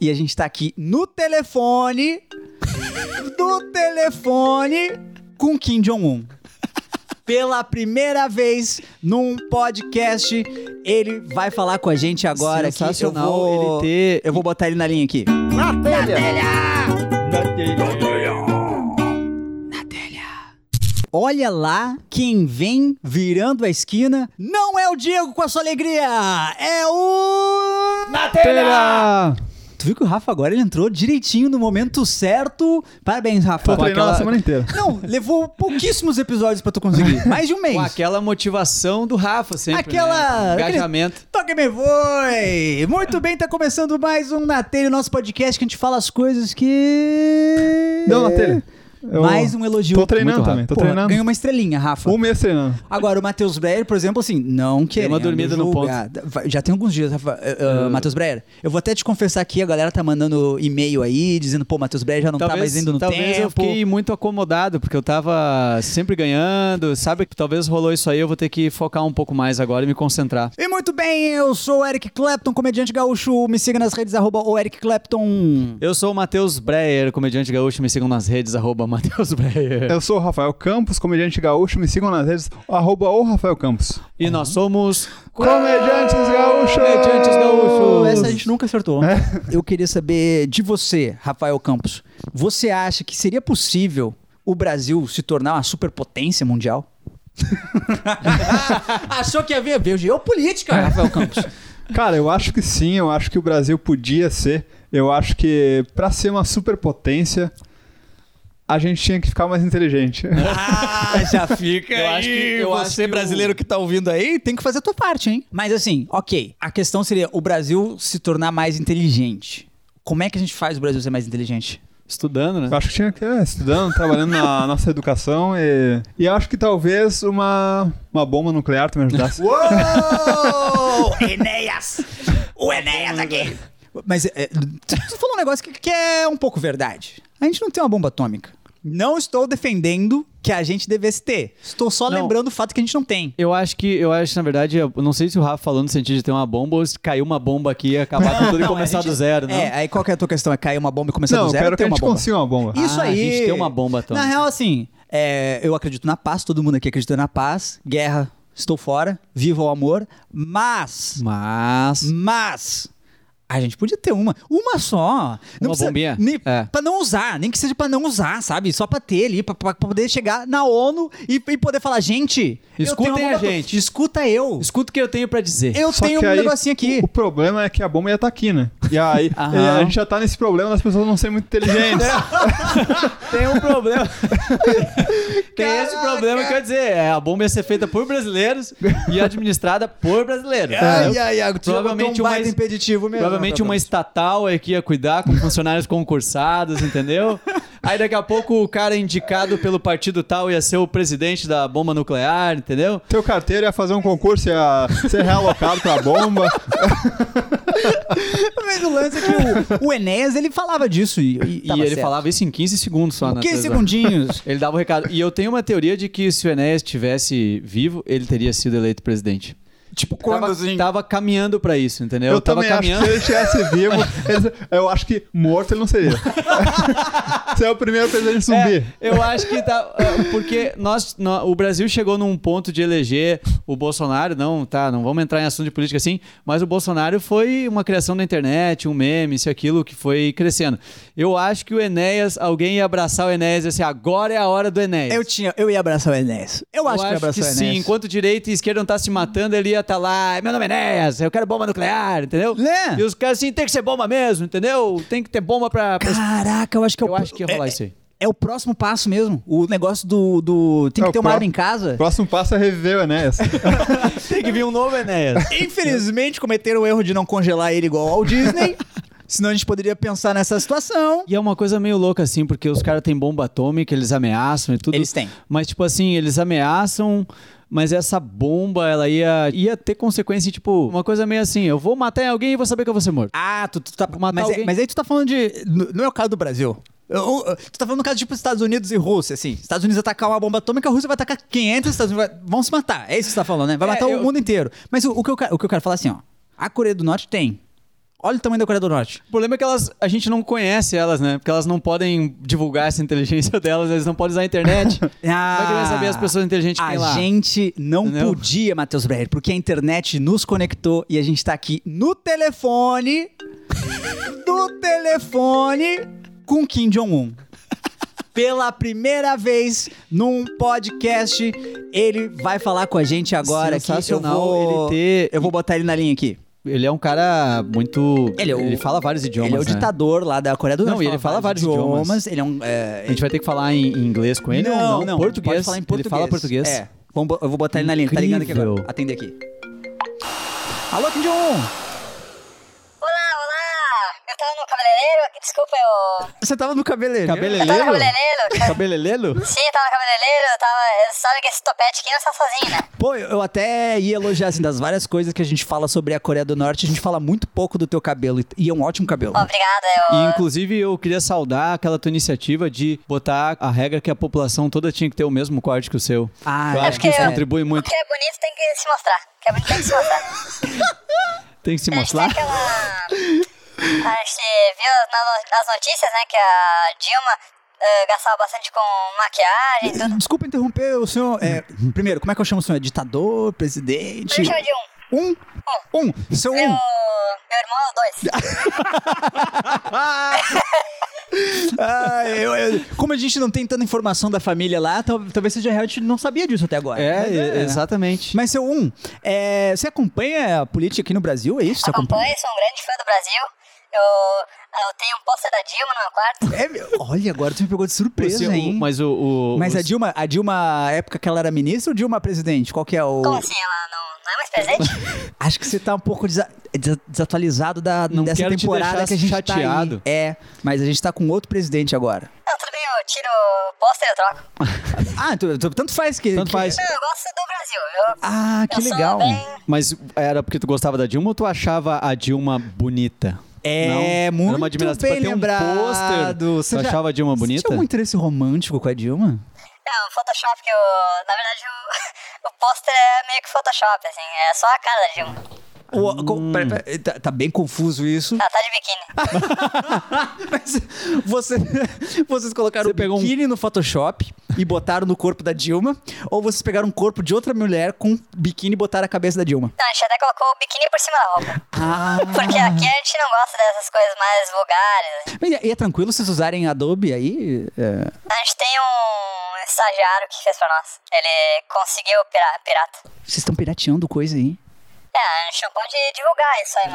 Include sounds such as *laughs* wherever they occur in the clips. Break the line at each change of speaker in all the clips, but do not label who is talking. E a gente tá aqui no telefone. no telefone com Kim Jong-un. Pela primeira vez num podcast, ele vai falar com a gente agora. Aqui. Eu
Sensacional
vou,
ele ter-
eu vou botar ele na linha aqui.
Na telha!
Olha lá quem vem virando a esquina. Não é o Diego com a sua alegria, é o.
Telha!
Tu viu que o Rafa agora ele entrou direitinho no momento certo. Parabéns, Rafa.
Tô treinando a semana inteira.
Não, levou pouquíssimos episódios pra tu
*laughs*
conseguir. Mais de um mês.
Com aquela motivação do Rafa sempre,
Aquela-
né? Engajamento.
Toque me foi! Muito bem, tá começando mais um Na Telha, o nosso podcast que a gente fala as coisas que.
Não, na telha. Eu-
É. Mais um elogio.
Tô treinando
Muito rápido.
também, tô
Porra,
treinando.
Ganhou uma estrelinha, Rafa.
Um mês treinando.
Agora, o Matheus Breyer, por exemplo, assim, não querendo
uma dormida no Hum.
julgar. Vai- Já tem alguns dias, Rafa, uh, uh, Matheus Breyer. Eu vou até te confessar aqui, a galera tá mandando e-mail aí, dizendo, pô, Matheus Breyer já não tá mais indo no
talvez
tempo.
eu fiquei muito acomodado, porque eu tava sempre ganhando, sabe? Talvez rolou isso aí, eu vou ter que focar um pouco mais agora e me concentrar.
E muito bem, eu sou o Eric Clapton, comediante gaúcho. Me siga nas redes, arroba o Eric Clapton.
Eu sou o Matheus Breyer, comediante gaúcho, me sigam nas redes, arroba Matheus Breyer.
Eu sou o Rafael Campos, comediante gaúcho. Me sigam nas redes, arroba o Rafael Campos.
E nós somos...
Comediantes gaúchos!
Comediantes gaúchos!
Essa a gente nunca acertou. Eu queria saber de você, Rafael Campos. Você acha que seria possível o Brasil se tornar uma superpotência mundial? *laughs* Achou que havia veio geopolítica, Rafael Campos.
Cara, eu acho que sim. Eu acho que o Brasil podia ser. Eu acho que pra ser uma superpotência, a gente tinha que ficar mais inteligente.
*laughs* Ah, já fica
Eu acho que- eu acho que o-
que tá ouvindo aí tem que fazer a tua parte, hein? Mas assim, ok. A questão seria o Brasil se tornar mais inteligente. Como é que a gente faz o Brasil ser mais inteligente?
Estudando, né?
Eu acho que tinha que é, estudando, trabalhando na *laughs* nossa educação e, e eu acho que talvez uma, uma bomba nuclear também ajudasse.
Uou! *laughs* Enéas! O Enéas aqui! Mas é, tu falou um negócio que, que é um pouco verdade. A gente não tem uma bomba atômica. Não estou defendendo que a gente devesse ter. Estou só
Não.
lembrando o fato que a gente não tem.
Eu acho que, eu acho, na verdade, eu não sei se o Rafa falou no sentido de ter uma bomba ou se caiu uma bomba aqui e
Ah,
acabar com tudo e começar do zero, né?
É, aí qual que é a tua questão? É cair uma bomba e começar
Não,
do
eu
zero
quero
ou
que
ter
a
uma
gente
bomba?
consiga uma bomba.
Isso
Ah, a
aí.
gente tem uma bomba atômica.
Na real, assim, é, eu acredito na paz, todo mundo aqui acredita na paz. Guerra, estou fora. Viva o amor. Mas.
Mas.
Mas a gente podia ter uma, uma só. Não
Uma bombinha?
Nem,
É.
Pra não usar, nem que seja pra não usar, sabe? Só pra ter ali, pra, pra poder chegar na ONU e, e poder falar, gente, eu
Escutem
tenho uma
a
bomba-
gente.
Escuta eu.
Escuta o que eu tenho pra dizer.
Eu
Só
tenho
que
um
aí,
negocinho aqui.
O, o problema é que a bomba ia estar aqui, né?
*laughs*
E aí
Aham.
e a gente já tá nesse problema das pessoas não serem muito inteligentes.
É.
Tem
*laughs*
um problema. Tem esse
Caraca.
problema que eu ia dizer. É, a bomba ia ser feita por brasileiros e administrada por brasileiros.
Ai, ai, ai, tu já
Provavelmente
botou um
uma
baita
es-
impeditivo mesmo.
Provavelmente
né,
uma estatal aí que ia cuidar com funcionários concursados, entendeu? Aí daqui a pouco o cara indicado pelo partido tal ia ser o presidente da bomba nuclear, entendeu?
Teu carteiro ia fazer um concurso, ia ser realocado pra bomba.
*laughs* Mas o lance é que o, o Enéas, ele falava disso e, e,
E ele falava isso em 15 segundos só, né?
15 *laughs* segundinhos.
Ele dava o recado. E eu tenho uma teoria de que se o Enéas estivesse vivo, ele teria sido eleito presidente.
tipo,
tava, tava caminhando pra isso, entendeu?
assim? Eu,
tava
também
caminhando.
acho que se ele estivesse vivo, ele- eu acho que morto ele
*laughs*
não seria. Você é o primeiro presidente zumbi.
É, eu acho que tá. é, Porque nós, nó- o Brasil chegou num ponto de eleger o Bolsonaro. Não, tá, não vamos entrar em assunto de política assim, mas o Bolsonaro foi uma criação da internet, um meme, isso e aquilo que foi crescendo. Eu acho que o Enéas, alguém ia abraçar o Enéas e assim, agora é a hora do Enéas.
Eu, tinha, eu ia abraçar o Enéas. Eu, acho que eu ia abraçar o Enéas.
sim, enquanto direita e esquerda não tá se matando, ele ia estar tá lá, meu nome é Enéas, eu quero bomba nuclear, entendeu?
Né?
E os caras assim, tem que ser bomba mesmo, entendeu? Tem que ter bomba pra...
*laughs*
pra-
Caraca, eu acho que é o
Eu acho que ia rolar
é-
isso aí.
É o próximo passo mesmo. O negócio do. do- tem
É
que
o
ter uma
pró-
arma em casa.
Próximo passo é reviver o Enéas.
Tem que vir um novo Enéas.
Infelizmente, cometeram o erro de não congelar ele igual ao *laughs* Disney. Senão a gente poderia pensar nessa situação.
E é uma coisa meio louca, assim, porque os caras têm bomba atômica, eles ameaçam e tudo.
Eles têm.
Mas, tipo assim, eles ameaçam, mas essa bomba, ela ia, ia ter consequência, tipo, uma coisa meio assim, eu vou matar alguém e vou saber que eu vou ser morto.
Ah, tu, tu tá.
Matar
Mas, é-
alguém.
mas aí tu tá falando de. n- Não é o caso do Brasil. Eu- eu- tu tá falando no caso tipo Estados Unidos e Rússia, assim. Estados Unidos atacar uma bomba atômica, a Rússia vai atacar 500, Estados Unidos vai- vão se matar. É isso que tu tá falando, né? Vai
É,
matar
eu-
é o mundo inteiro. Mas o, o que eu, quero- o que eu quero falar assim, ó. A Coreia do Norte tem Olha o tamanho da Coreia do Norte.
O problema é que elas, a gente não conhece elas, né? Porque elas não podem divulgar essa inteligência delas, elas não podem usar a
*laughs*
internet. é Vai querer saber as pessoas inteligentes que
Ah. A
tem lá.
gente não
Entendeu?
podia, Matheus Breyer, porque a internet nos conectou e a gente tá aqui no telefone. *laughs* do telefone com Kim Jong-un. Pela primeira vez num podcast, ele vai falar com a gente agora. aqui. Eu
Sensacional
vou,
ele ter-
eu vou botar ele na linha aqui.
Ele é um cara muito.
Ele
Ele,
é o-
fala vários idiomas.
Ele é o
né?
ditador lá da Coreia do
Não,
Norte.
e ele fala vários idiomas.
Ele é um. é,
A gente vai ter que falar em em inglês com ele? ou
não, não,
Português.
Pode falar em português.
Ele fala português.
É. Vamos bo- eu vou botar ele na linha. Tá ligando aqui
Incrível.
agora. Atender aqui. Alô, Kim Jong-un!
Olá, olá! Eu tava no cabeleireiro, desculpa, eu.
Você tava no cabeleireiro.
Eu tava no
Cabeleleiro?
cabeleireiro?
Cabeleleiro?
Sim, eu tava no cabeleireiro, eu tava. Sabe que esse topete aqui não está sozinho, né?
Tá.
Pô, eu eu até ia elogiar, assim, das várias coisas que a gente fala sobre a Coreia do Norte, a gente fala muito pouco do teu cabelo. e- E é um ótimo cabelo.
Obrigada, eu.
E, inclusive, eu queria saudar aquela tua iniciativa de botar a regra que a população toda tinha que ter o mesmo corte que o seu.
Ah,
eu acho que
porque
isso
eu-
contribui
O
muito.
que é bonito tem que se mostrar. O que é bonito tem que se mostrar.
Tem que se
A gente tem
É
mostrar.
aquela. A gente viu na- nas notícias, né, que a Dilma eh, gastava bastante com maquiagem e tudo.
Desculpa interromper, o senhor. é, primeiro, como é que eu chamo o senhor? Ditador, presidente?
Eu chamo de um.
Um? Um. Seu
Meu,
um.
meu irmão é o dois.
Ah, eu- eu- como a gente não tem tanta informação da família lá, tal- talvez seja realmente não sabia disso até agora.
É,
Mas,
e- exatamente.
Mas seu um, é, você acompanha a política aqui no Brasil? É isso? Você acompanha?
Acompanho, sou um grande fã do Brasil. Eu, eu tenho um pôster da Dilma no meu quarto.
É, meu, olha, agora tu me pegou de
Mas
surpresa,
o-
hein? Mas,
um, é mas o, o-
a
os-
Dilma, a Dilma, a época que ela era ministra ou Dilma presidente? Qual que é o.
Como assim? Ela não, não é mais presente?
Acho que você tá um pouco desa- desa- desatualizado da,
Não
dessa
quero te
temporada
deixar
que a gente
chateado.
tá aí. É, mas a gente tá com outro presidente agora.
Não, tudo bem, eu tiro o pôster e eu troco.
Ah, tu- tu- tanto faz que.
Tanto
que-
faz.
Não, eu gosto do Brasil. Eu,
Ah, que
eu
legal.
Sou bem...
Mas era porque tu gostava da Dilma ou tu achava a Dilma bonita?
É,
Não?
muito
era uma admiração
bem
pra ter
lembrado.
um pôster.
Você
Tu
já-
achava a Dilma
Você
bonita?
tinha algum interesse romântico com a Dilma?
Não, o Photoshop que eu... Na verdade, o, *laughs* o pôster é meio que Photoshop, assim. É só a cara da Dilma.
Hum.
O- co- pera- pera- tá, tá bem confuso isso.
Ela tá de
*laughs*
biquíni.
Mas você- vocês colocaram
Você
o
pegou um-
biquíni no Photoshop e botaram no corpo da Dilma, ou vocês pegaram o corpo de outra mulher com biquíni e botaram a cabeça da Dilma?
Não, a gente até colocou o biquíni por cima da roupa.
Ah.
Porque aqui a gente não gosta dessas coisas mais vulgares. assim.
*laughs* Mas E e é tranquilo vocês usarem Adobe aí? É.
A gente tem um estagiário que fez pra nós. Ele conseguiu pira- pirata.
Vocês estão pirateando coisa aí.
É, a gente não pode divulgar isso aí,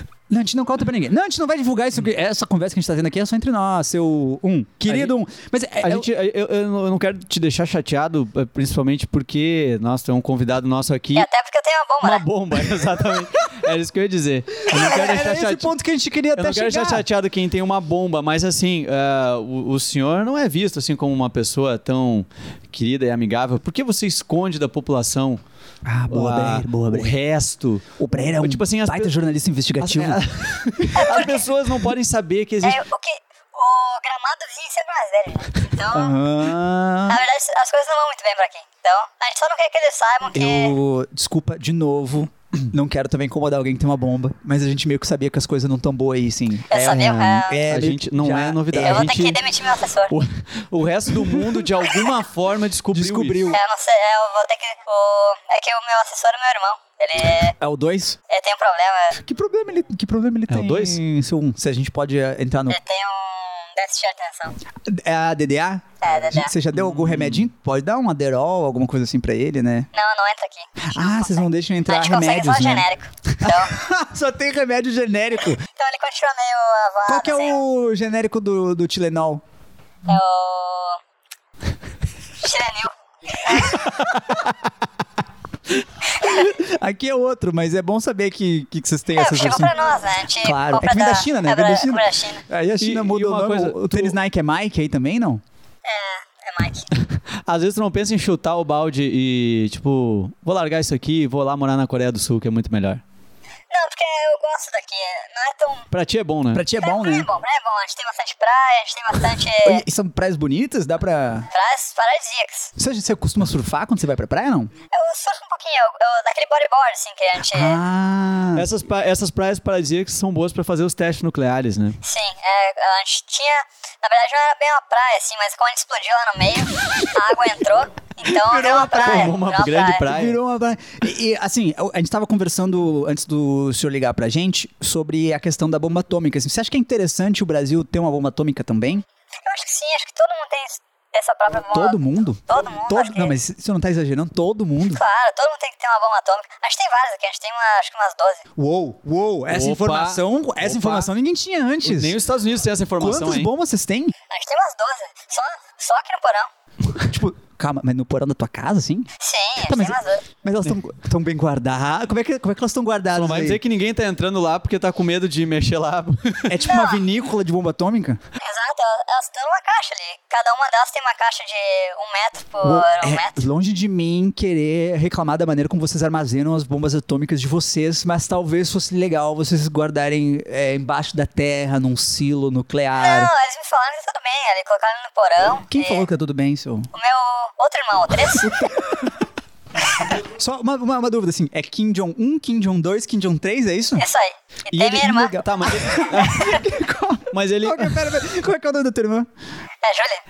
mas...
*laughs* Não, a gente não conta pra ninguém. Não, a gente não vai divulgar isso. que- Essa conversa que a gente tá tendo aqui é só entre nós, seu um. Querido um. Mas é,
A
é-
gente, eu, eu- eu não- eu não quero te deixar chateado, eh, principalmente porque, nossa, tem um convidado nosso aqui.
E até porque eu tenho uma bomba,
Uma
né?
bomba, *laughs* exatamente. Era isso que eu ia dizer. Eu não
*laughs*
quero
Era
deixar
esse
chateado.
ponto que a gente queria
Eu
até
não quero
chegar.
deixar chateado quem tem uma bomba, mas assim, ah, o, o senhor não é visto assim como uma pessoa tão querida e amigável. Por que você esconde da população
Ah, boa,
ah,
Breyer, boa,
o
Breyer.
resto?
O Breyer é um
Tipo assim, as
baita
pe-
jornalista
As,
investigativo.
as pessoas não podem saber que existe.
É, o que... O gramado vizinho sempre é mais dele, né? Então...
Ah.
Na verdade, as coisas não vão muito bem por aqui. Então, a gente só não quer que eles saibam que.
Eu, desculpa, de novo. *clears throat* Não quero também incomodar alguém que tem uma bomba, mas a gente meio que sabia que as coisas não tão boas aí, sim.
Eu sabia.
a
é,
é, meio
gente
que
não
já-
é novidade.
eu
a
vou ter que
gente,
demitir meu assessor.
o, o resto do mundo, de
*laughs*
alguma forma, descobriu.
Descobriu.
isso.
É, eu não sei, é, eu vou ter que. O, é que o meu assessor é meu irmão.
*laughs*
Ele,
É o 2?
ele tem um problema.
Que problema ele, que problema ele
É o
tem?
dois?
Seu um. Se a gente pode é, entrar no.
Ele tem um déficit de atenção.
É a DDA?
É, Dedé.
Você já deu algum remedinho? Pode dar um Aderol, alguma coisa assim pra ele, né?
Não, não entra aqui.
Ah, vocês não deixam
A
entrar
gente consegue
remédios,
só
né?
genérico. Então,
*laughs* Só tem remédio genérico.
então ele continua meio avado.
Qual que é
assim.
o genérico do, do Tilenol?
É o.
*laughs*
Chilenil.
Aqui é outro, mas é bom saber que, que, que vocês têm
É,
essas
chegou
versões.
pra nós, né? A gente
Claro, é
compra
que vem da China, né?
É
Vem da
pra-
China.
compra da China.
Aí a China
E-
muda
e
o
uma
nome.
coisa,
o
tu-
tênis Nike é Mike aí também, não?
É, é Mike.
Às vezes tu não pensa em chutar o balde e, tipo, vou largar isso aqui e vou lá morar na Coreia do Sul, que é muito melhor.
Não, porque eu gosto daqui. Não é tão.
Pra ti é bom, né?
Pra ti é bom, né?
É bom, é bom. A gente tem bastante praia, a gente tem bastante. é,
E são praias bonitas? Dá pra.
praias paradisíacas.
Você, você costuma surfar quando você vai pra praia, não?
Eu surfo um pouquinho, eu, eu- daquele bodyboard, assim, que a gente.
Ah.
Essas, pa- essas praias paradisíacas são boas pra fazer os testes nucleares, né?
Sim, é, a gente tinha. Na verdade, não era bem uma praia, assim, mas quando explodiu lá no meio, a água entrou. Então virou uma praia.
Formou uma
virou
grande praia.
Virou uma praia. E, e, assim, a gente tava conversando antes do senhor ligar pra gente sobre a questão da bomba atômica. Assim, você acha que é interessante o Brasil ter uma bomba atômica também?
Eu acho que sim, acho que todo mundo tem essa própria bomba.
Todo mundo?
Todo mundo, acho que-
Não, mas você não tá exagerando? Todo mundo.
Claro, todo mundo tem que ter uma bomba atômica. A gente tem várias aqui, a gente tem uma, acho que umas 12.
Uou, uou, essa
Opa.
informação, essa
Opa.
informação ninguém tinha antes.
Nem os Estados Unidos têm essa informação,
Quantas
hein?
bombas vocês têm?
A gente tem umas 12. Só, só aqui no porão.
tipo, calma, mas no porão da tua casa, assim?
Sim, a
Tá,
gente
mas,
tem umas 12.
mas elas estão bem guardadas. Como é que, como é que elas estão guardadas?
Não vai
aí?
dizer que ninguém tá entrando lá porque tá com medo de mexer lá. *laughs*
É tipo uma vinícola de bomba atômica?
Exato, elas- elas estão numa caixa ali. Cada uma delas tem uma caixa de um metro por
Uou,
um
é,
metro.
longe de mim querer reclamar da maneira como vocês armazenam as bombas atômicas de vocês, mas talvez fosse legal vocês guardarem é, embaixo da terra, num silo nuclear.
Não, é. eles me falaram que tá tudo bem, ali colocaram no porão.
Quem
e
falou que tá tudo bem, seu?
O meu outro irmão, o
*laughs*
três.
Só uma, uma, uma dúvida, assim, é Kim Jong-1, Kim Jong-2, Kim Jong-3, é isso?
Isso aí. E, tem
é
minha irmã.
Tá, mas ele... mas ele...
*laughs* Qual que é- pera, pera, como é que é o nome da tua irmã?
É, Júlia.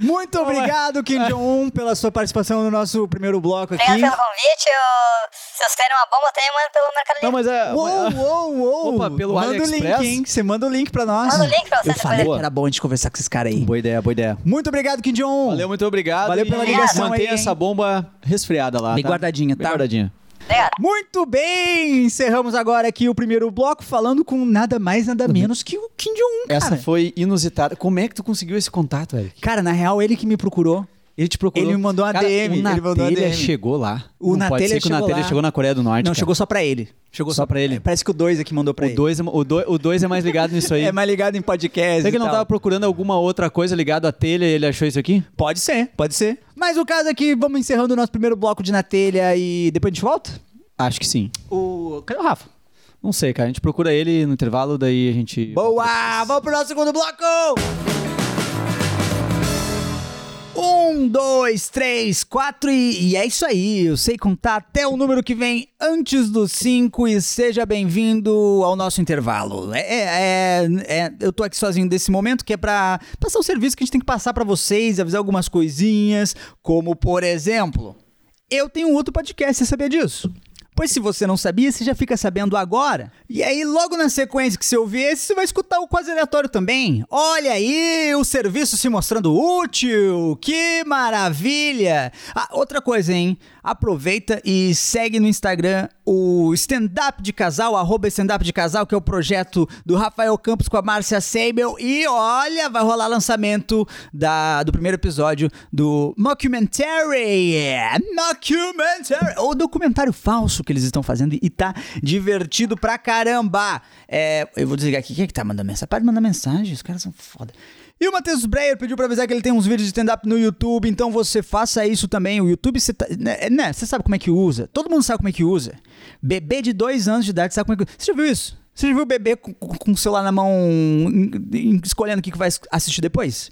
Muito obrigado, Kim Jong-un, pela sua participação no nosso primeiro bloco aqui.
Obrigado pelo convite. Eu... Se vocês querem uma bomba, eu tenho, mando pelo
*laughs* Não,
Mercado Livre.
mas é...
Uou, uou, uou.
Opa, pelo
manda
AliExpress?
o link, hein? Você manda o link pra nós.
Manda o link pra você
Eu
depois.
falei
Boa.
que era bom a gente conversar com esses caras aí.
Boa ideia, boa ideia.
Muito obrigado, Kim Jong.
Valeu, muito obrigado.
Valeu
e
pela ligação
Mantenha
aí, hein?
essa bomba resfriada lá,
Bem
tá?
guardadinha,
Bem
tá?
guardadinha.
Obrigado.
Muito bem! Encerramos agora aqui o primeiro bloco falando com nada mais, nada menos que o Kim Jong-un, cara.
Essa foi inusitada. Como é que tu conseguiu esse contato, Eric?
Cara, na real, ele que me procurou.
Ele te procurou.
Ele me mandou uma
Cara,
DM,
O na
ele mandou uma
telha
DM.
chegou lá.
O
Não
na
pode
telha
ser que o na
chegou
telha
lá.
chegou na Coreia do Norte.
Não,
cara.
chegou só pra ele. Chegou
Só
só
pra
pra
ele.
Parece que o dois é que mandou pra
O
ele.
dois, é- o, dois, o dois é mais ligado nisso
*laughs*
aí.
É mais ligado em podcast.
Será que
e
ele não
tal.
tava procurando alguma outra coisa ligada à telha e ele achou isso aqui?
Pode ser, pode ser. Mas o caso é que vamos encerrando o nosso primeiro bloco de na telha e depois a gente volta?
Acho que sim.
O. Cadê o Rafa?
Não sei, cara. A gente procura ele no intervalo, daí a gente.
Boa! Vamos pro nosso segundo bloco! Um, dois, três, quatro e, e é isso aí. Eu sei contar até o número que vem antes do cinco e seja bem-vindo ao nosso intervalo. É, é- é- é- eu tô aqui sozinho desse momento que é pra passar o serviço que a gente tem que passar pra vocês, avisar algumas coisinhas, como por exemplo, eu tenho outro podcast, você sabia disso? Pois se você não sabia, você já fica sabendo agora. E aí, logo na sequência que você ouvir esse, você vai escutar o quase aleatório também. Olha aí, o serviço se mostrando útil! Que maravilha! Ah, outra coisa, hein? Aproveita e segue no Instagram o Stand Up de Casal, arroba Stand Up de Casal, que é o projeto do Rafael Campos com a Márcia Seibel. E olha, vai rolar lançamento da, do primeiro episódio do Mockumentary. Mockumentary! Ou documentário falso que eles estão fazendo e tá divertido pra caramba. É, eu vou desligar aqui. Quem é que tá mandando mensagem? Para de mandar mensagem, os caras são foda. E o Matheus Breyer pediu pra avisar que ele tem uns vídeos de stand-up no YouTube, então você faça isso também. O YouTube, você tá- né, né, você sabe como é que usa. Todo mundo sabe como é que usa. Bebê de dois anos de idade sabe como é que usa. Você já viu isso? Você já viu o bebê com, com- com o celular na mão, em- em- escolhendo o que que vai assistir depois?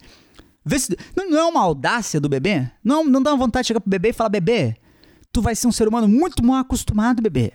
Vê se- não, não é uma audácia do bebê? Não, não dá uma vontade de chegar pro bebê e falar, bebê, tu vai ser um ser humano muito mal acostumado, bebê.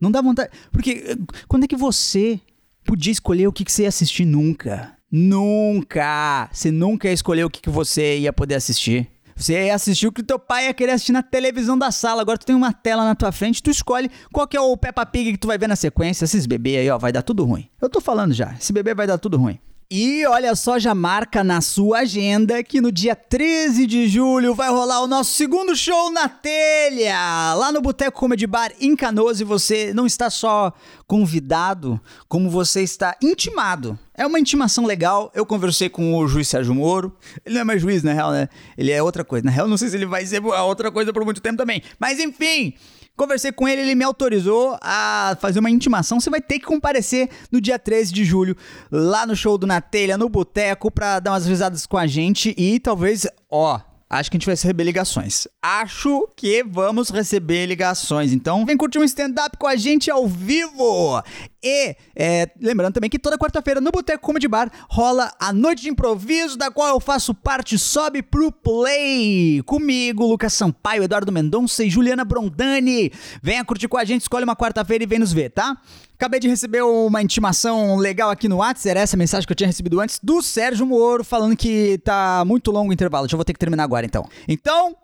Não dá vontade. Porque eh, quando é que você podia escolher o que, que você ia assistir nunca? Nunca! Você nunca ia escolher o que, que você ia poder assistir. Você ia assistir o que teu pai ia querer assistir na televisão da sala. Agora tu tem uma tela na tua frente, tu escolhe qual que é o Peppa Pig que tu vai ver na sequência. Esses bebês aí, ó, vai dar tudo ruim. Eu tô falando já, esse bebê vai dar tudo ruim. E olha só, já marca na sua agenda que no dia 13 de julho vai rolar o nosso segundo show na telha, lá no Boteco Comedy Bar em Canoas. E você não está só convidado, como você está intimado. É uma intimação legal. Eu conversei com o juiz Sérgio Moro. Ele não é mais juiz, na real, né? Ele é outra coisa. Na real, não sei se ele vai ser outra coisa por muito tempo também. Mas enfim, Conversei com ele, ele me autorizou a fazer uma intimação. Você vai ter que comparecer no dia 13 de julho, lá no show do Na Telha, no Boteco, pra dar umas risadas com a gente e talvez, ó, Acho que a gente vai receber ligações. Acho que vamos receber ligações. Então, vem curtir um stand-up com a gente ao vivo. E, é, lembrando também que toda quarta-feira no Boteco Comedy Bar rola a noite de improviso, da qual eu faço parte, sobe pro play. Comigo, Lucas Sampaio, Eduardo Mendonça e Juliana Brondani. Venha curtir com a gente, escolhe uma quarta-feira e vem nos ver, tá? Acabei de receber uma intimação legal aqui no WhatsApp, era essa a mensagem que eu tinha recebido antes, do Sérgio Moro, falando que tá muito longo o intervalo. Já vou ter que terminar agora, então. Então,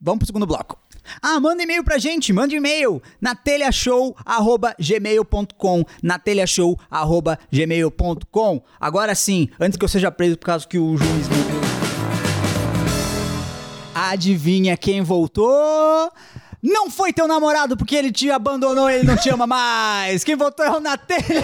vamos pro segundo bloco. Ah, manda e-mail pra gente, manda e-mail na telhashow.gmail.com na telhashow.gmail.com Agora sim, antes que eu seja preso por causa que o juiz me... Adivinha quem voltou? Não foi teu namorado porque ele te abandonou, ele não te ama mais. Quem voltou é o
*laughs*
Natelha. *laughs*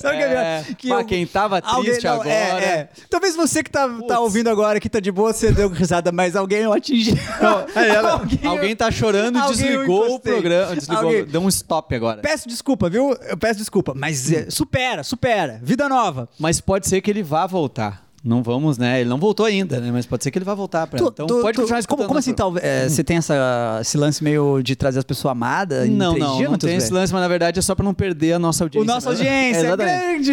Sabe o que é,
É, pra quem tava triste agora.
É, é. Talvez você que tá, tá ouvindo agora, que tá de boa, você deu risada, mas alguém o atingiu. *laughs*
aí ela-
é Alguém tá chorando,
Alguém eu
desligou o
encostei.
programa. Desligou,
Alguém-
deu um stop agora.
Peço desculpa, viu? Eu peço desculpa, mas é, supera, supera. Vida nova.
Mas pode ser que ele vá voltar. Não vamos, né? Ele não voltou ainda, né? Mas pode ser que ele vá voltar pra.
Tu-
então
tu-
pode
tu-
continuar
como,
escutando.
como assim,
nosso-
talvez? é, você tem essa, esse lance meio de trazer as pessoas amadas? em
Tá- Não,
três
não,
dias,
não
Matheus
tem esse
Velho?
lance, mas na verdade é só pra não perder a
O
nossa audiência.
nossa
né?
audiência é
Exatamente.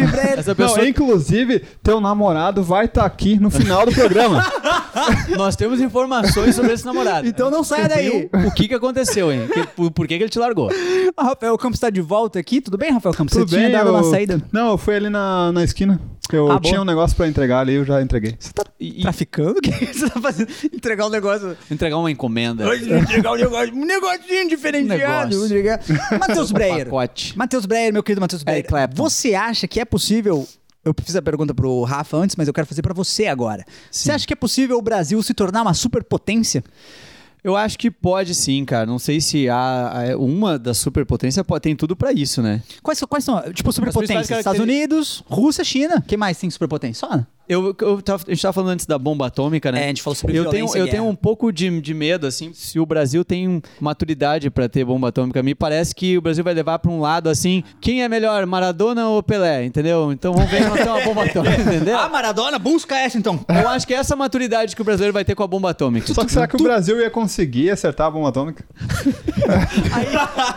grande, velho.
Essa
Não,
pessoa
inclusive, teu namorado vai estar aqui no *laughs* final do programa.
*laughs* Nós temos informações sobre esse namorado.
Então não saia daí.
O que que aconteceu, hein? Que- por, por que que ele te largou?
Ah, Rafael Campos tá de volta aqui. Tudo bem, Rafael Campos?
Tudo
você
bem,
tinha dado
eu-
uma saída.
Não, eu fui ali na, na esquina. Eu
Ah,
tinha
boa.
um negócio pra entregar ali, eu já entreguei.
Você tá
E- e-
traficando? *laughs* O que você tá fazendo? Entregar um negócio.
Entregar uma encomenda.
Entregar um negócio. Um negocinho ah, diferenciado.
É. Negócio. Um
Entregar.
*laughs*
Matheus Breyer.
Pacote.
Matheus Breyer, meu querido Matheus Breyer.
Clapton.
você acha que é possível. Eu fiz a pergunta pro Rafa antes, mas eu quero fazer pra você agora. Você acha que é possível o Brasil se tornar uma superpotência?
Eu acho que pode sim, cara. Não sei se a, a- uma das superpotências pode- tem tudo pra isso, né?
Quais, quais são? Tipo, superpotências?
principais
Estados Unidos, Rússia, China. Quem mais tem superpotência? Só?
Eu, eu tava- a gente tava falando antes da bomba atômica, né?
É, a gente falou sobre
eu
violência
tenho,
e
eu
guerra.
tenho um pouco de, de medo, assim, se o Brasil tem um, maturidade pra ter bomba atômica. Me parece que o Brasil vai levar pra um lado, assim, quem é melhor, Maradona ou Pelé, entendeu? Então vamos ver se não tem uma
*laughs*
bomba atômica, entendeu?
Ah, Maradona, busca essa então.
Eu acho que é essa maturidade que o brasileiro vai ter com a bomba atômica.
Só que será que o Brasil ia conseguir acertar a bomba atômica?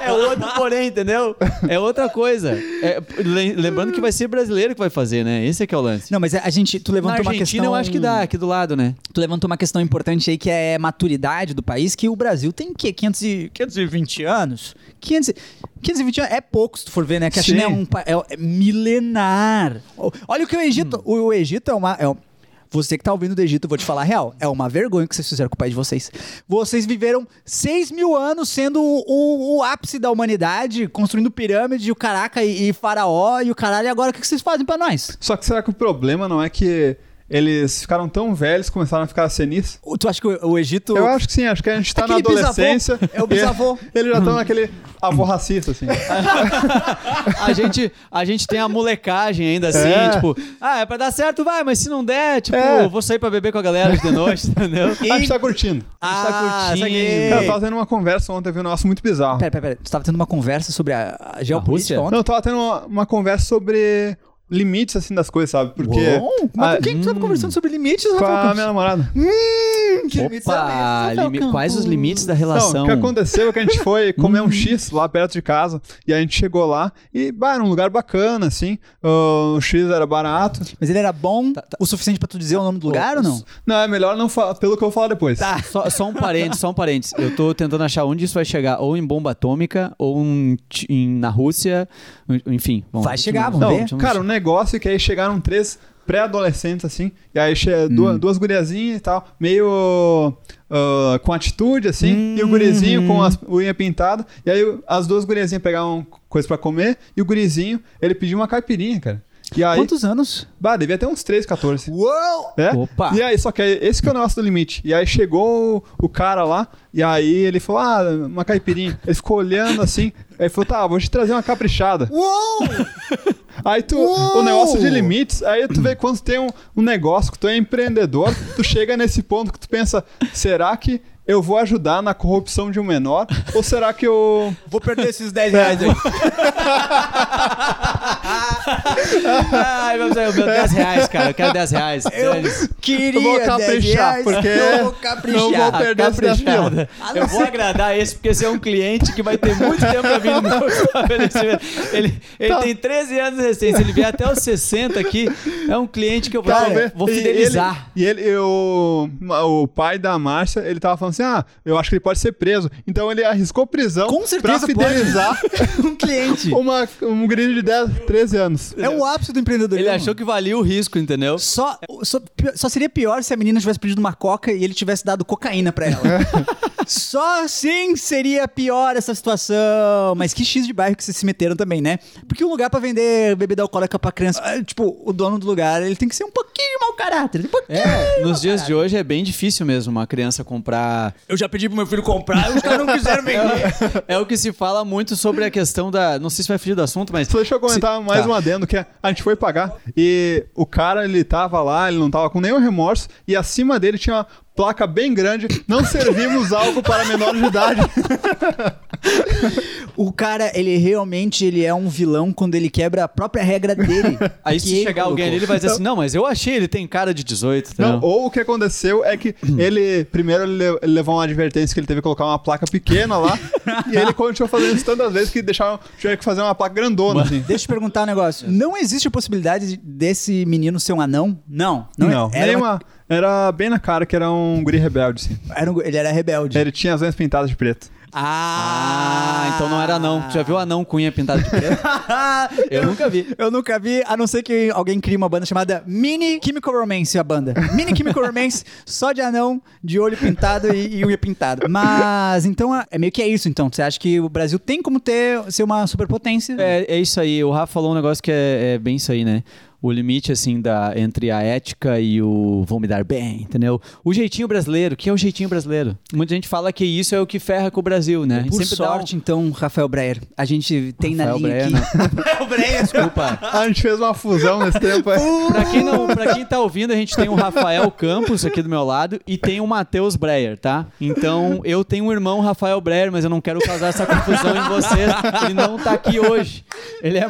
É outro porém, entendeu? É outra coisa. É, le- lembrando que vai ser brasileiro que vai fazer, né? Esse é que é o lance.
Não, mas a gente. Tu
Na
levantou
Argentina
uma questão.
eu acho que dá, aqui do lado, né?
Tu levantou uma questão importante aí que é maturidade do país, que o Brasil tem o quê? 500 e, 520 anos? 500, e- 520 anos é pouco, se tu for ver, né? Que a
Sim.
China é um pa- é, é milenar. O- Olha o que o Egito.
Hum.
O, o Egito é uma. é um- você que tá ouvindo do Egito, eu vou te falar a real. É uma vergonha que vocês fizeram com o país de vocês. Vocês viveram 6 mil anos sendo o, o- o ápice da humanidade, construindo pirâmide, o caraca e, e faraó e o caralho. E agora o que, que vocês fazem pra nós?
Só que será que o problema não é que eles ficaram tão velhos, começaram a ficar senis?
O- Tu acha que o, o Egito.
Eu acho que sim, acho que a gente tá
Aquele
na adolescência.
bisavô, é o bisavô.
e *laughs* Eles já estão naquele avô racista, assim.
A gente, a gente tem a molecagem ainda assim,
É.
tipo, ah, é pra dar certo, vai, mas se não der, tipo,
É.
eu vou sair pra beber com a galera de noite, *laughs* entendeu?
A gente tá curtindo.
tá curtindo.
Ah, saquei.
Cara, eu tava tendo uma conversa ontem, eu vi um negócio muito bizarro.
É. Pera, pera, pera. Tu tava tendo uma conversa sobre a, a geopolítica
Rússia?
ontem?
Não, eu tava tendo uma, uma conversa sobre limites, assim, das coisas, sabe? Porque...
Uou, mas
a,
com quem é que tu tava conversando sobre limites,
com a
Rafael
minha
Campos?
namorada.
Hum, que limites são esses, né,
Opa,
Rafael
limi-
Campos?
quais os limites da
Não,
relação?
o que aconteceu é que a
*laughs*
gente foi comer
Hum.
um X lá perto de casa e a gente chegou lá e, bah, era um lugar bacana, assim. ah, o X era barato.
Mas ele era bom
Tá,
o suficiente pra tu dizer o nome do lugar ou não?
Não, é melhor não falar, pelo que eu vou falar depois.
Tá,
Só, só um parênteses, só um parênteses. Eu tô tentando achar onde isso vai chegar, ou em bomba atômica, ou em, ti- em- na Rússia, enfim. vamos-
Vai chegar, vamos
Não,
ver.
cara, o negócio é que aí chegaram três pré-adolescentes, assim, e aí che-
Hum.
duas, duas guriazinhas e tal, meio ah, com atitude, assim, e o
Hum.
gurizinho com as unha pintada, e aí o- as duas guriazinhas pegavam coisa pra comer, e o gurizinho, ele pediu uma caipirinha, cara. E aí,
Quantos anos?
bah, devia ter uns 13, 14.
Uou!
É?
Opa.
E aí, só que aí, esse que é o negócio do limite. E aí chegou o, o cara lá, e aí ele falou, ah, uma caipirinha. Ele ficou olhando assim, aí falou, tá, vou te trazer uma caprichada.
Uou!
Aí tu,
Uou!
o negócio de limites, aí tu vê quando tem um, um negócio que tu é empreendedor, tu chega nesse ponto que tu pensa, será que eu vou ajudar na corrupção de um menor? Ou será que eu...
*laughs* Vou perder esses 10 reais aí.
Ai, meu Deus, meu 10 reais, cara. Eu quero 10 reais. Dane-se.
Queria
Eu vou
10
caprichar,
reais,
porque
eu vou
não
caprichar.
vou perder essa da
Caprichada.
fila.
fila.
Eu vou agradar esse, porque esse é um cliente que vai ter muito tempo pra vir no meu estabelecimento. Ele, ele tem 13 anos de resistência. Se ele vier até os 60 aqui, é um cliente que eu vou,
Talvez-
vou
e
fidelizar.
ele- E ele, eu- o pai da Márcia, ele tava falando assim: ah, eu acho que ele pode ser preso. Então ele arriscou prisão
Com certeza
pra fidelizar
*laughs* um
*laughs*
cliente.
uma, um gringo de 10, 13 anos.
É o ápice do
Ele,
empreendedorismo.
achou que valia o risco, entendeu?
Só, só, só seria pior se a menina tivesse pedido uma coca e ele tivesse dado cocaína pra *laughs* ela. só assim seria pior essa situação. Mas que X de bairro que vocês se meteram também, né? Porque um lugar pra vender bebida alcoólica pra criança, ah, tipo, o dono do lugar, ele tem que ser um pouquinho mau caráter. Um pouquinho.
É, nos dias de hoje é bem difícil mesmo uma criança comprar
Eu já pedi pro meu filho comprar e os caras não *laughs* quiseram vender.
É o que se fala muito sobre a questão da. Não sei se vai fugir do assunto, mas.
É, Só deixa eu comentar
se-
mais
tá.
um adendo, que é, a gente foi pagar e o cara, ele tava lá, ele não tava com nenhum remorso e acima dele tinha uma placa bem grande, não servimos algo para menores de idade.
O cara, ele realmente ele é um vilão quando ele quebra a própria regra dele.
*laughs* Aí
que
se
ele
chegar alguém
colocou.
ali, ele vai dizer assim: não, mas eu achei, ele tem cara de 18.
Não,
entendeu?
ou o que aconteceu é que ele, primeiro ele le- ele levou uma advertência que ele teve que colocar uma placa pequena lá e ele continuou fazendo isso tantas vezes que deixaram, tiveram que fazer uma placa grandona, assim.
Deixa eu te perguntar um negócio. Não existe a possibilidade desse menino ser um anão? Não. é-
Não,
Era,
era, era bem na cara que era um guri rebelde, assim.
era um- ele era rebelde.
Ele tinha as unhas pintadas de preto.
Ah, então não era
*laughs*
não. Tu já viu anão com unha pintada de *laughs* preto? Eu nunca vi.
Eu nunca vi, a não ser que alguém crie uma banda chamada Mini Chemical Romance, a banda. Mini Chemical Romance, *laughs* só de anão, de olho pintado e, e unha pintada. Mas, então, é meio que é isso, então. Você acha que o Brasil tem como ter, ser uma superpotência?
É, é isso aí. O Rafa falou um negócio que é, é bem isso aí, né? O limite, assim, da, entre a ética e o vou me dar bem, entendeu? O jeitinho brasileiro. O que é o jeitinho brasileiro? Muita gente fala que isso é o que ferra com o Brasil, né?
Por
dá um-
sorte, então, Rafael Breyer, a gente tem na
Rafael
linha
Breyer,
*laughs* aqui... Rafael Breyer,
Desculpa.
A gente fez uma fusão nesse tempo. aí.
Pra quem, não, pra quem *laughs* tá ouvindo, a gente tem o Rafael Campos aqui do meu lado e tem o Matheus Breyer, tá? Então, eu tenho um irmão, Rafael Breyer, mas eu não quero causar essa confusão em vocês. Ele não tá aqui hoje. Ele é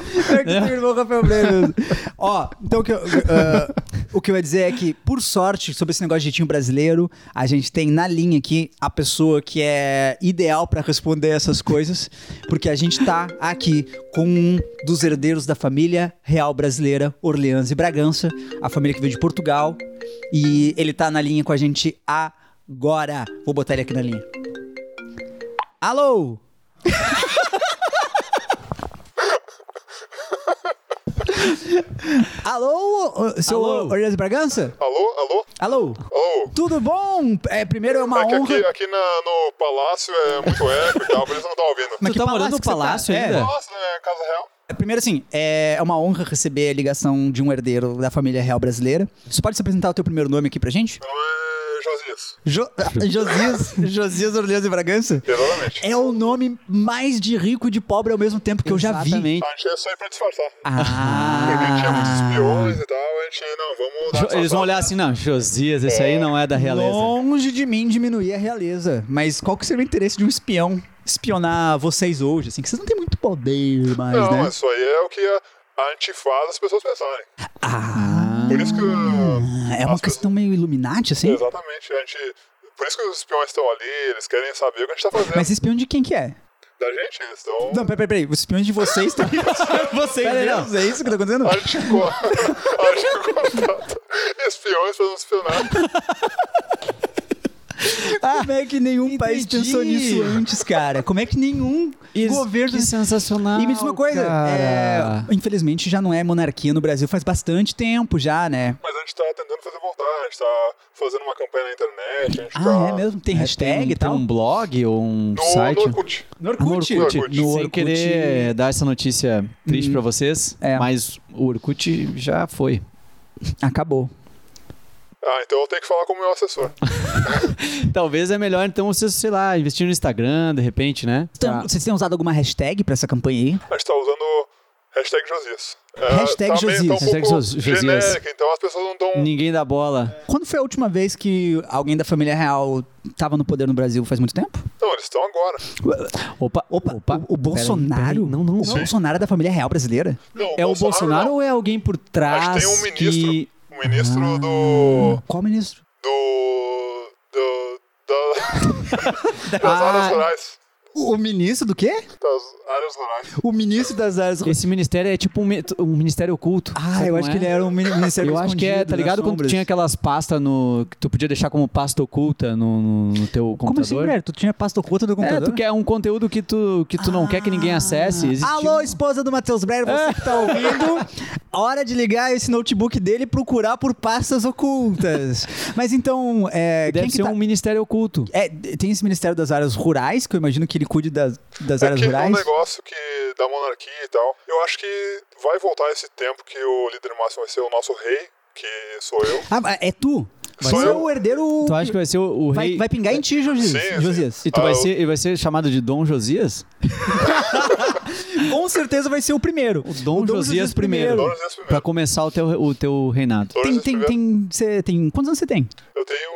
*laughs* Pior que
né?
tu irmão Rafael Breyer mesmo. Ó, então o que, eu, ah, o que eu ia dizer é que, por sorte, sobre esse negócio de jeitinho brasileiro, a gente tem na linha aqui a pessoa que é ideal pra responder essas coisas, porque a gente tá aqui com um dos herdeiros da família real brasileira, Orleans e Bragança, a família que veio de Portugal, e ele tá na linha com a gente agora. Vou botar ele aqui na linha.
*laughs*
Alô? Alô, ô, seu
Alô?
Orleans e Bragança?
Alô, alô,
Alô?
alô.
Tudo bom? É, primeiro é uma
É que
honra.
aqui, aqui na- no palácio é muito eco e tal, por isso eu não tá ouvindo.
Mas
Tu
que
tá morando
palácio
no
que você
palácio
tá? É.
ainda?
Nossa, né? Casa Real.
É, Primeiro, assim, é uma honra receber a ligação de um herdeiro da família real brasileira. Você pode se apresentar o teu primeiro nome aqui pra gente?
Meu nome é Josias.
Jo *laughs* ah, Josias, Josias Orleans e Bragança?
Exatamente.
É o nome mais de rico e de pobre ao mesmo tempo que eu já vi.
Exatamente.
A gente é só aí pra disfarçar. Porque a gente tinha muitos
Ah,
espiões e tal, a gente, não, vamos dar
Jo- Eles vão olhar assim, não, Josias, esse aí não é da realeza.
longe de mim diminuir a realeza. Mas qual que seria o interesse de um espião espionar vocês hoje? Assim, que vocês não têm muito poder mais,
Não,
né?
mas isso aí é o que a, a gente faz as pessoas pensarem.
Ah,
Por isso que. uh,
é uma
as
questão meio iluminante, assim?
pessoas- Exatamente, a gente. Por isso que os espiões estão ali, eles querem saber o que a gente tá fazendo.
Mas espião de quem que é?
Da gente, eles estão.
Não, peraí, peraí, os espiões de vocês *laughs* estão. vocês
Peraí, não.
mesmos, é isso que tá acontecendo?
A gente, co... *laughs* a gente contrata espiões pra nos espionar.
Como é que nenhum país
entendi.
pensou nisso antes, cara? Como é que nenhum
Isso,
governo.
que sensacional.
E me diz uma coisa,
cara.
é, infelizmente já não é monarquia no Brasil faz bastante tempo já, né?
Mas a gente tá tentando fazer voltar, a gente tá fazendo uma campanha na internet, a gente tá...
Ah, é mesmo? Tem hashtag
tem,
e tal?
Tem um blog ou um
No,
site?
no Orkut.
No
No Orkut.
No Orkut.
No
Sem
Orkut.
querer
querer dar essa notícia triste pra vocês,
É.
mas o Orkut já foi.
Acabou.
Ah, então eu tenho que falar com o meu assessor.
Talvez é melhor, então, vocês, sei lá, investir no Instagram, de repente, né?
Então,
Tá.
vocês têm usado alguma hashtag pra essa campanha aí?
A gente tá usando Hashtag Josias. É,
Hashtag
tá meio-
Josias.
Tá um
Hashtag
pouco
Jos- Josias.
genérica, então as pessoas não estão...
Ninguém dá bola.
Quando foi a última vez que alguém da família real tava no poder no Brasil? Faz muito tempo?
Não, eles estão agora.
Opa,
Opa,
opa.
o, o
Peraí,
Bolsonaro?
peraí. Não, não.
O Bolsonaro é da família real brasileira?
Não,
É o Bolsonaro
não.
ou é alguém por trás
Acho que tem um ministro.
que...
O ministro do...
Qual ministro?
Do... Do... da- *laughs* das áreas
Ah,
rurais.
O ministro do quê?
Das áreas rurais.
O ministro das áreas...
esse ministério é tipo um, mi- um ministério oculto.
Ah,
Sabe
eu
como
acho
é?
que ele era um mini- ministério
Eu acho que é,
escondido
tá ligado?
nas
Quando tu
sombras.
tinha aquelas pastas no. que tu podia deixar como pasta oculta no, no- no teu computador.
Como assim, mulher? Tu tinha pasta oculta no
É,
computador?
tu quer um conteúdo que tu, que tu não quer que ninguém acesse. Existe
Ah.
um- Ah.
Alô, esposa do Matheus Breyer, você que tá ouvindo. Hora de ligar esse notebook dele e procurar por pastas ocultas. Mas então, é,
Deve
quem que
ser
tá-
um ministério oculto.
É, tem esse Ministério das Áreas Rurais, que eu imagino que ele cuide das, das
É
áreas
que é um
rurais.
negócio que da monarquia e tal. Eu acho que vai voltar esse tempo que o líder máximo vai ser o nosso rei, que sou eu.
Ah, mas é tu?
Vai
tu
ser
é
eu.
o herdeiro.
Tu acha que vai ser o, o
vai,
rei.
vai pingar em ti, Josias.
Sim, sim.
Josias.
E tu
Ah,
vai,
eu-
ser, ele vai ser chamado de Dom Josias?
Com certeza vai ser o primeiro. O
Dom, Josias, primeiro.
Dom Josias primeiro.
Pra começar o teu, o teu reinado.
Dom
Tem,
Josias
tem,
primeiro.
tem, cê tem. Quantos anos você tem?
Eu tenho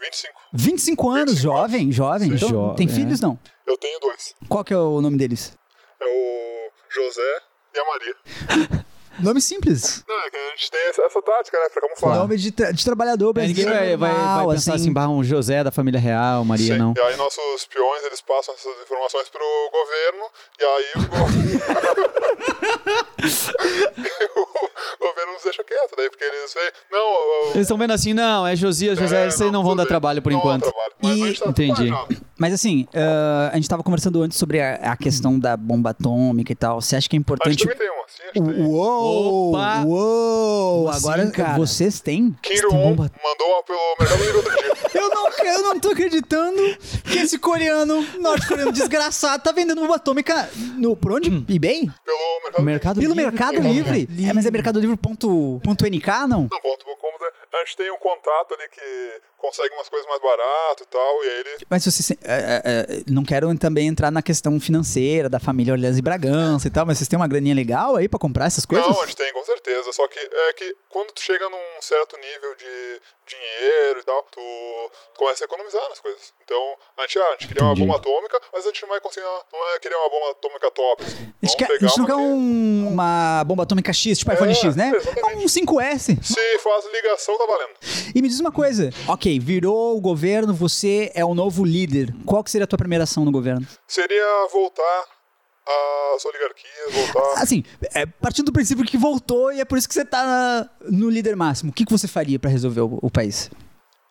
25.
25 anos,
25.
jovem, jovem.
Sim.
Então,
Jo-
tem
é.
filhos, não?
Eu tenho dois.
Qual que é o nome deles?
É o José e a Maria.
Nome simples.
Não, é que a gente tem essa, essa tática, né? Pra camuflar.
Nome de, tra- de trabalhador
É, ninguém
brasileiro.
vai, vai, vai
normal,
pensar assim, bah, um José da família real, Maria,
Sim.
não.
E aí nossos peões, eles passam essas informações pro governo, e aí o,
*laughs*
*laughs* go- o governo nos deixa quieto, daí porque eles veem, não,
Eles estão vendo assim, não, é Josias, José, vocês não vão dar trabalho tá, por enquanto.
E-
tá
Entendi.
Mas assim, ah, a gente tava conversando antes sobre a, a questão da bomba atômica e tal. Você acha que é
A gente
importante.
também tem uma, sim, a gente tem.
Uou!
Opa!
Uou!
Como
Agora
assim, cara?
vocês têm?
Kim Jong-un
bomba-
mandou uma pelo Mercado Livre outro dia.
Eu não, eu não tô acreditando que esse coreano, norte-coreano desgraçado, tá vendendo bomba atômica no, por onde? eBay?
O
Pelo Mercado Livre.
mercado
Pelo
Livre,
Mercado
cara.
Livre. É, mas é mercadolivre.nk, não?
Não, ponto, como a gente tem um contato ali que consegue umas coisas mais barato e tal, e aí ele...
Mas se vocês. têm- é, é, é, não quero também entrar na questão financeira da família Orleans e Bragança e tal, mas vocês têm uma graninha legal aí pra comprar essas coisas?
Não, a gente tem, com certeza. Só que é que quando tu chega num certo nível de dinheiro e tal, tu começa a economizar nas coisas. Então, a gente, ah, a gente queria uma bomba atômica, mas a gente não vai conseguir, uma- não vai querer uma bomba atômica top. assim.
A gente,
Vamos
quer, a
pegar
gente não
uma
quer
que-
um- uma bomba atômica X, tipo iPhone X, né? É
exatamente.
um 5S.
Se faz ligação, tá valendo.
E me diz uma coisa. Ok, virou o governo, você é o novo líder. Qual que seria a tua primeira ação no governo?
Seria voltar às oligarquias, voltar...
Assim, é, partindo do princípio que voltou e é por isso que você tá na- no líder máximo. O que, que você faria pra resolver o, o país?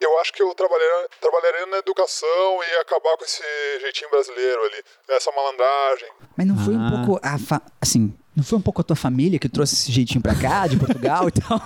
Eu acho que eu trabalharia, trabalharia na educação e acabar com esse jeitinho brasileiro ali, essa malandragem.
Mas não foi um
Ah.
pouco a fa- assim... Não foi um pouco a tua família que trouxe esse jeitinho pra cá, de Portugal e tal?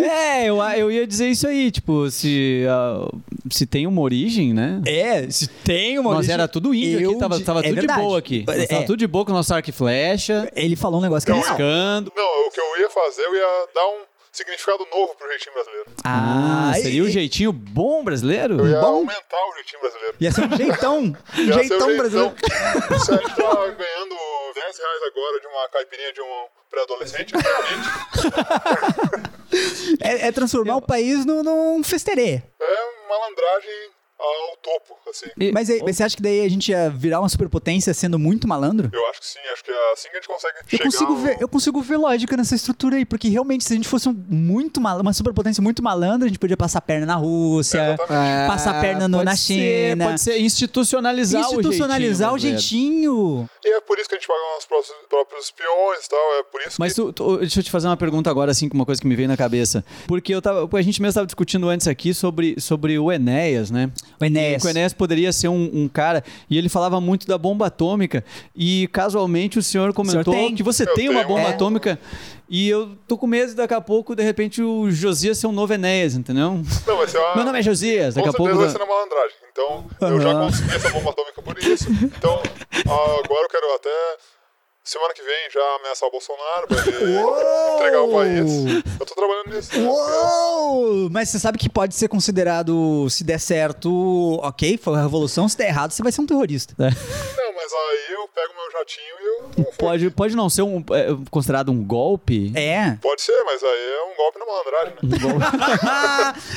É, eu, eu ia dizer isso aí, tipo, se, ah, se tem uma origem, né?
*laughs* É, se tem uma
Nós era tudo índio
Eu
aqui, tava,
de-
tava
é
tudo
verdade.
de boa aqui. Nós
É.
Tava tudo de boa com o nosso arco e flecha,
Ele falou um negócio que é real.
piscando.
Não, o que eu ia fazer, eu ia dar um significado novo pro jeitinho brasileiro.
Ah,
e-
seria o
e-
jeitinho bom brasileiro?
Eu ia
Ah, Bom.
aumentar o jeitinho brasileiro.
Ia ser um jeitão. um
Ia ser o
jeitão brasileiro.
*laughs* Se a gente tá ganhando 10 reais agora de uma caipirinha de um pré-adolescente, realmente
É, é transformar o país no- num festerê.
é malandragem ao topo, assim.
E-
Mas, aí,
ou-
mas você acha que daí a gente ia virar uma superpotência sendo muito malandro?
Eu acho que sim, acho que é assim que a gente consegue
Eu
chegar um
consigo,
ao-
ver, eu consigo ver lógica nessa estrutura aí, porque realmente, se a gente fosse um muito mal, uma superpotência muito malandra, a gente podia passar a perna na
É,
Rússia,
Ah,
passar a perna no-
pode
na
ser,
China.
Pode ser institucionalizar,
institucionalizar o
brasileiro.
jeitinho.
E é por isso que a gente paga nossos próprios, próprios peões e tal, é por isso
Mas
que...
tu, tu- deixa eu te fazer uma pergunta agora, assim, com uma coisa que me veio na cabeça. Porque eu tava, a gente mesmo estava discutindo antes aqui sobre, sobre o Enéas, né?
O Enéas.
E que o Enéas poderia ser um, um cara, e ele falava muito da bomba atômica, e casualmente o senhor comentou
tem.
que você
Eu
tem uma
tenho.
bomba
É.
atômica, e eu tô com medo de daqui a pouco, de repente, o Josias ser um novo Enéas, entendeu?
Não, vai ser uma...
Meu nome é Josias, daqui
Ah, Com
a pouco...
certeza vai ser na malandragem. Então, eu já consegui essa bomba atômica por isso. Então, ah, agora eu quero até. Semana que vem já ameaçar o Bolsonaro pra ele entregar o país. Eu tô trabalhando nisso. né?
Uou! Oh, Mas você sabe que pode ser considerado, se der certo, ok, foi a revolução, se der errado, você vai ser um terrorista.
Não, mas aí eu pego meu potinho e eu. eu fui.
Pode, pode não ser um, é, considerado um golpe?
É. *laughs*
Pode ser, mas aí é um golpe na malandragem, né?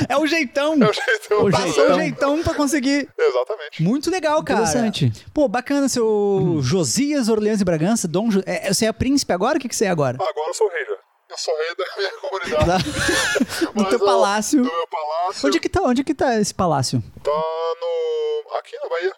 é o jeitão.
É o jeito.
Passou
O jeitão.
Tá
o
certo.
jeitão pra conseguir.
Exatamente.
Muito legal, cara.
Interessante.
Pô, bacana seu Josias, Orleans e Bragança, Dom Ju... é, Você é príncipe agora? O que, que você é agora?
Agora eu sou rei já. Eu sou rei da minha comunidade.
Do
Mas,
teu
ó,
palácio.
Do meu palácio.
Onde é que tá? Onde é que tá esse palácio?
Tá no. Aqui na Bahia.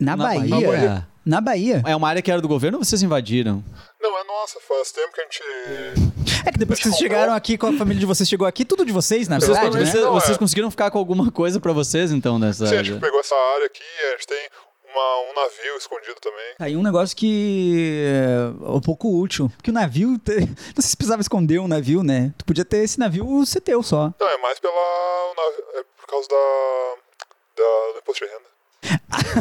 Na,
Na
Bahia.
Bahia.
Na Bahia.
É uma área que era do governo ou vocês invadiram?
Não, é nossa, faz tempo que a gente.
É que depois que vocês chegaram aqui, com a família de vocês chegou aqui, tudo de vocês, na
Vocês,
verdade, né?
vocês-
Não,
vocês
é.
conseguiram ficar com alguma coisa pra vocês, então, nessa
Sim, a
área?
gente pegou essa área aqui, a gente tem uma, um navio escondido também.
Aí um negócio que é um pouco útil. Porque o navio. te- *laughs* Não sei se precisava esconder um navio, né? Tu podia ter esse navio ser teu só.
Não, é mais pela. o navi- É por causa da. da do imposto de renda.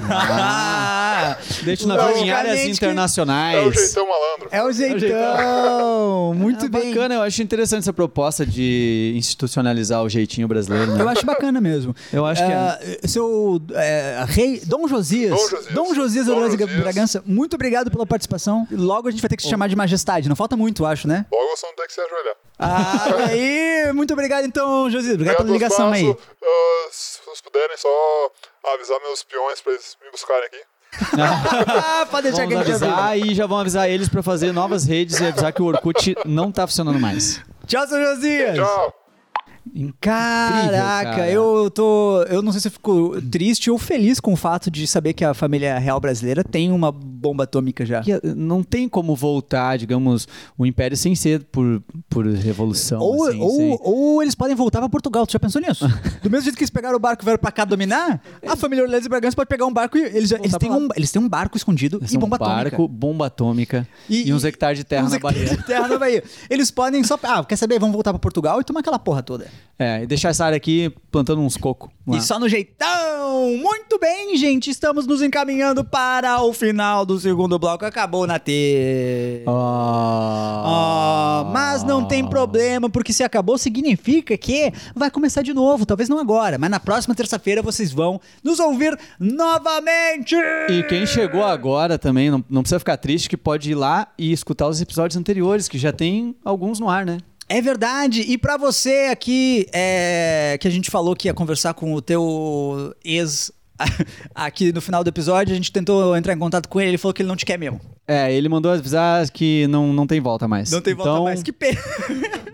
Ah!
Deixa o navio em
Logicamente
áreas
que-
É o
internacionais.
jeitão malandro.
É o jeitão! Muito
Ah,
Tá bem.
Bacana, eu acho interessante essa proposta de institucionalizar o jeitinho brasileiro, né?
Eu acho bacana mesmo.
*laughs* Eu acho que é.
é. Seu é, rei Dom Josias.
Dom Josias.
Dom Josias
Dom
Orlando
Josias.
Bragança, muito obrigado pela participação. Logo a gente vai ter que se chamar de majestade. Não falta muito, acho,
*laughs*
né?
Logo você não tem que se ajoelhar.
Ah, aí, muito obrigado então, Josias. Obrigado pela
Obrigado,
ligação
Ospaço.
aí.
Ah, se vocês puderem só avisar meus peões pra eles me buscarem aqui.
*laughs* Ah, pode deixar que
Vamos
ele te avisa.
avisar e já vão avisar eles pra fazer novas redes e avisar que o Orkut não tá funcionando mais.
Tchau, seu Josias.
Tchau!
Caraca,
cara.
eu tô. Eu não sei se eu fico triste ou feliz com o fato de saber que a família real brasileira tem uma bomba atômica já.
Que, eh, Não tem como voltar, digamos, o império sem ser por, por revolução.
Ou,
assim,
ou-
sem-
ou eles podem voltar pra Portugal, tu já pensou
*laughs*
nisso? Do mesmo jeito que eles pegaram o barco e vieram pra cá dominar, a família Orleans e Bragança pode pegar um barco e eles, já- eles
Voltar
têm,
pra lá.
um, eles têm um barco escondido
Eles
e
são
bomba
um barco,
atômica.
bomba atômica e, uns hectares de terra
uns
na
hectares
Bahia.
*laughs* de terra na Bahia. Eles podem só. Ah, quer saber? Vamos voltar pra Portugal e tomar aquela porra toda.
É, e deixar essa área aqui plantando uns cocos.
E só no jeitão! Muito bem, gente, estamos nos encaminhando para o final do segundo bloco. Acabou na T. Ah, mas não tem problema, porque se acabou significa que vai começar de novo. Talvez não agora, mas na próxima terça-feira vocês vão nos ouvir novamente.
E quem chegou agora também, não, não precisa ficar triste, que pode ir lá e escutar os episódios anteriores, que já tem alguns no ar, né?
É verdade. E pra você aqui, é, que a gente falou que ia conversar com o teu ex *laughs* aqui no final do episódio, a gente tentou entrar em contato com ele, ele falou que ele não te quer mesmo.
É, ele mandou avisar que não, não tem volta mais.
Não tem volta
Então,
mais. Que pena.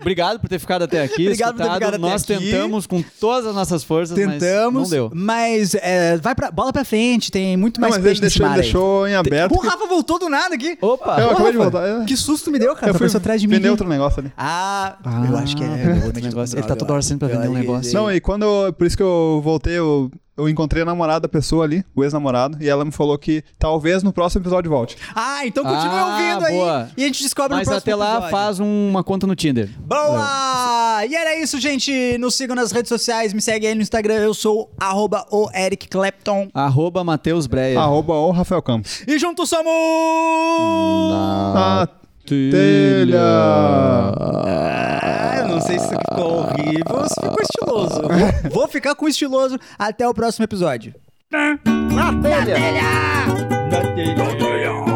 Obrigado por ter ficado até aqui.
*laughs* Obrigado por ter
escutado.
ficado até
Nós
aqui.
tentamos com todas as nossas forças,
Tentamos,
mas não deu.
mas é, vai pra, bola pra frente, tem muito
Não,
mais
mas ele
peixe nesse
deixou,
mar
ele
aí.
deixou em aberto.
O Rafa voltou do nada aqui.
Opa!
Eu
Ô,
acabei de
Rafa,
voltar, eu-
Que susto me deu, cara.
Eu fui
Apareceu tá atrás de mim.
vender outro negócio ali.
Ah,
Ah,
eu acho que é.
vender outro
realmente
negócio.
tô
Ele tá
droga,
toda hora saindo pra
eu
vender um
acho.
negócio.
Não,
Não,
e-
e quando eu, por isso que eu voltei, eu, eu encontrei a namorada da pessoa ali, o ex-namorado, e ela me falou que talvez no próximo episódio volte.
Ah, então continue
Ah,
ouvindo aí.
boa.
E a gente descobre
Mas
no próximo
até lá
episódio.
faz um- uma conta no Tinder.
Boa! E era isso, gente. Nos sigam nas redes sociais, me segue aí no Instagram. Eu sou arroba o Eric Clapton.
Arroba Matheus Breia.
Arroba o Rafael Campos.
E juntos somos...
Ah, telha.
Ah, não sei se ficou horrível ou se ficou estiloso. Vou- Vou ficar com estiloso. Até o próximo episódio.
Na telha!
Na telha.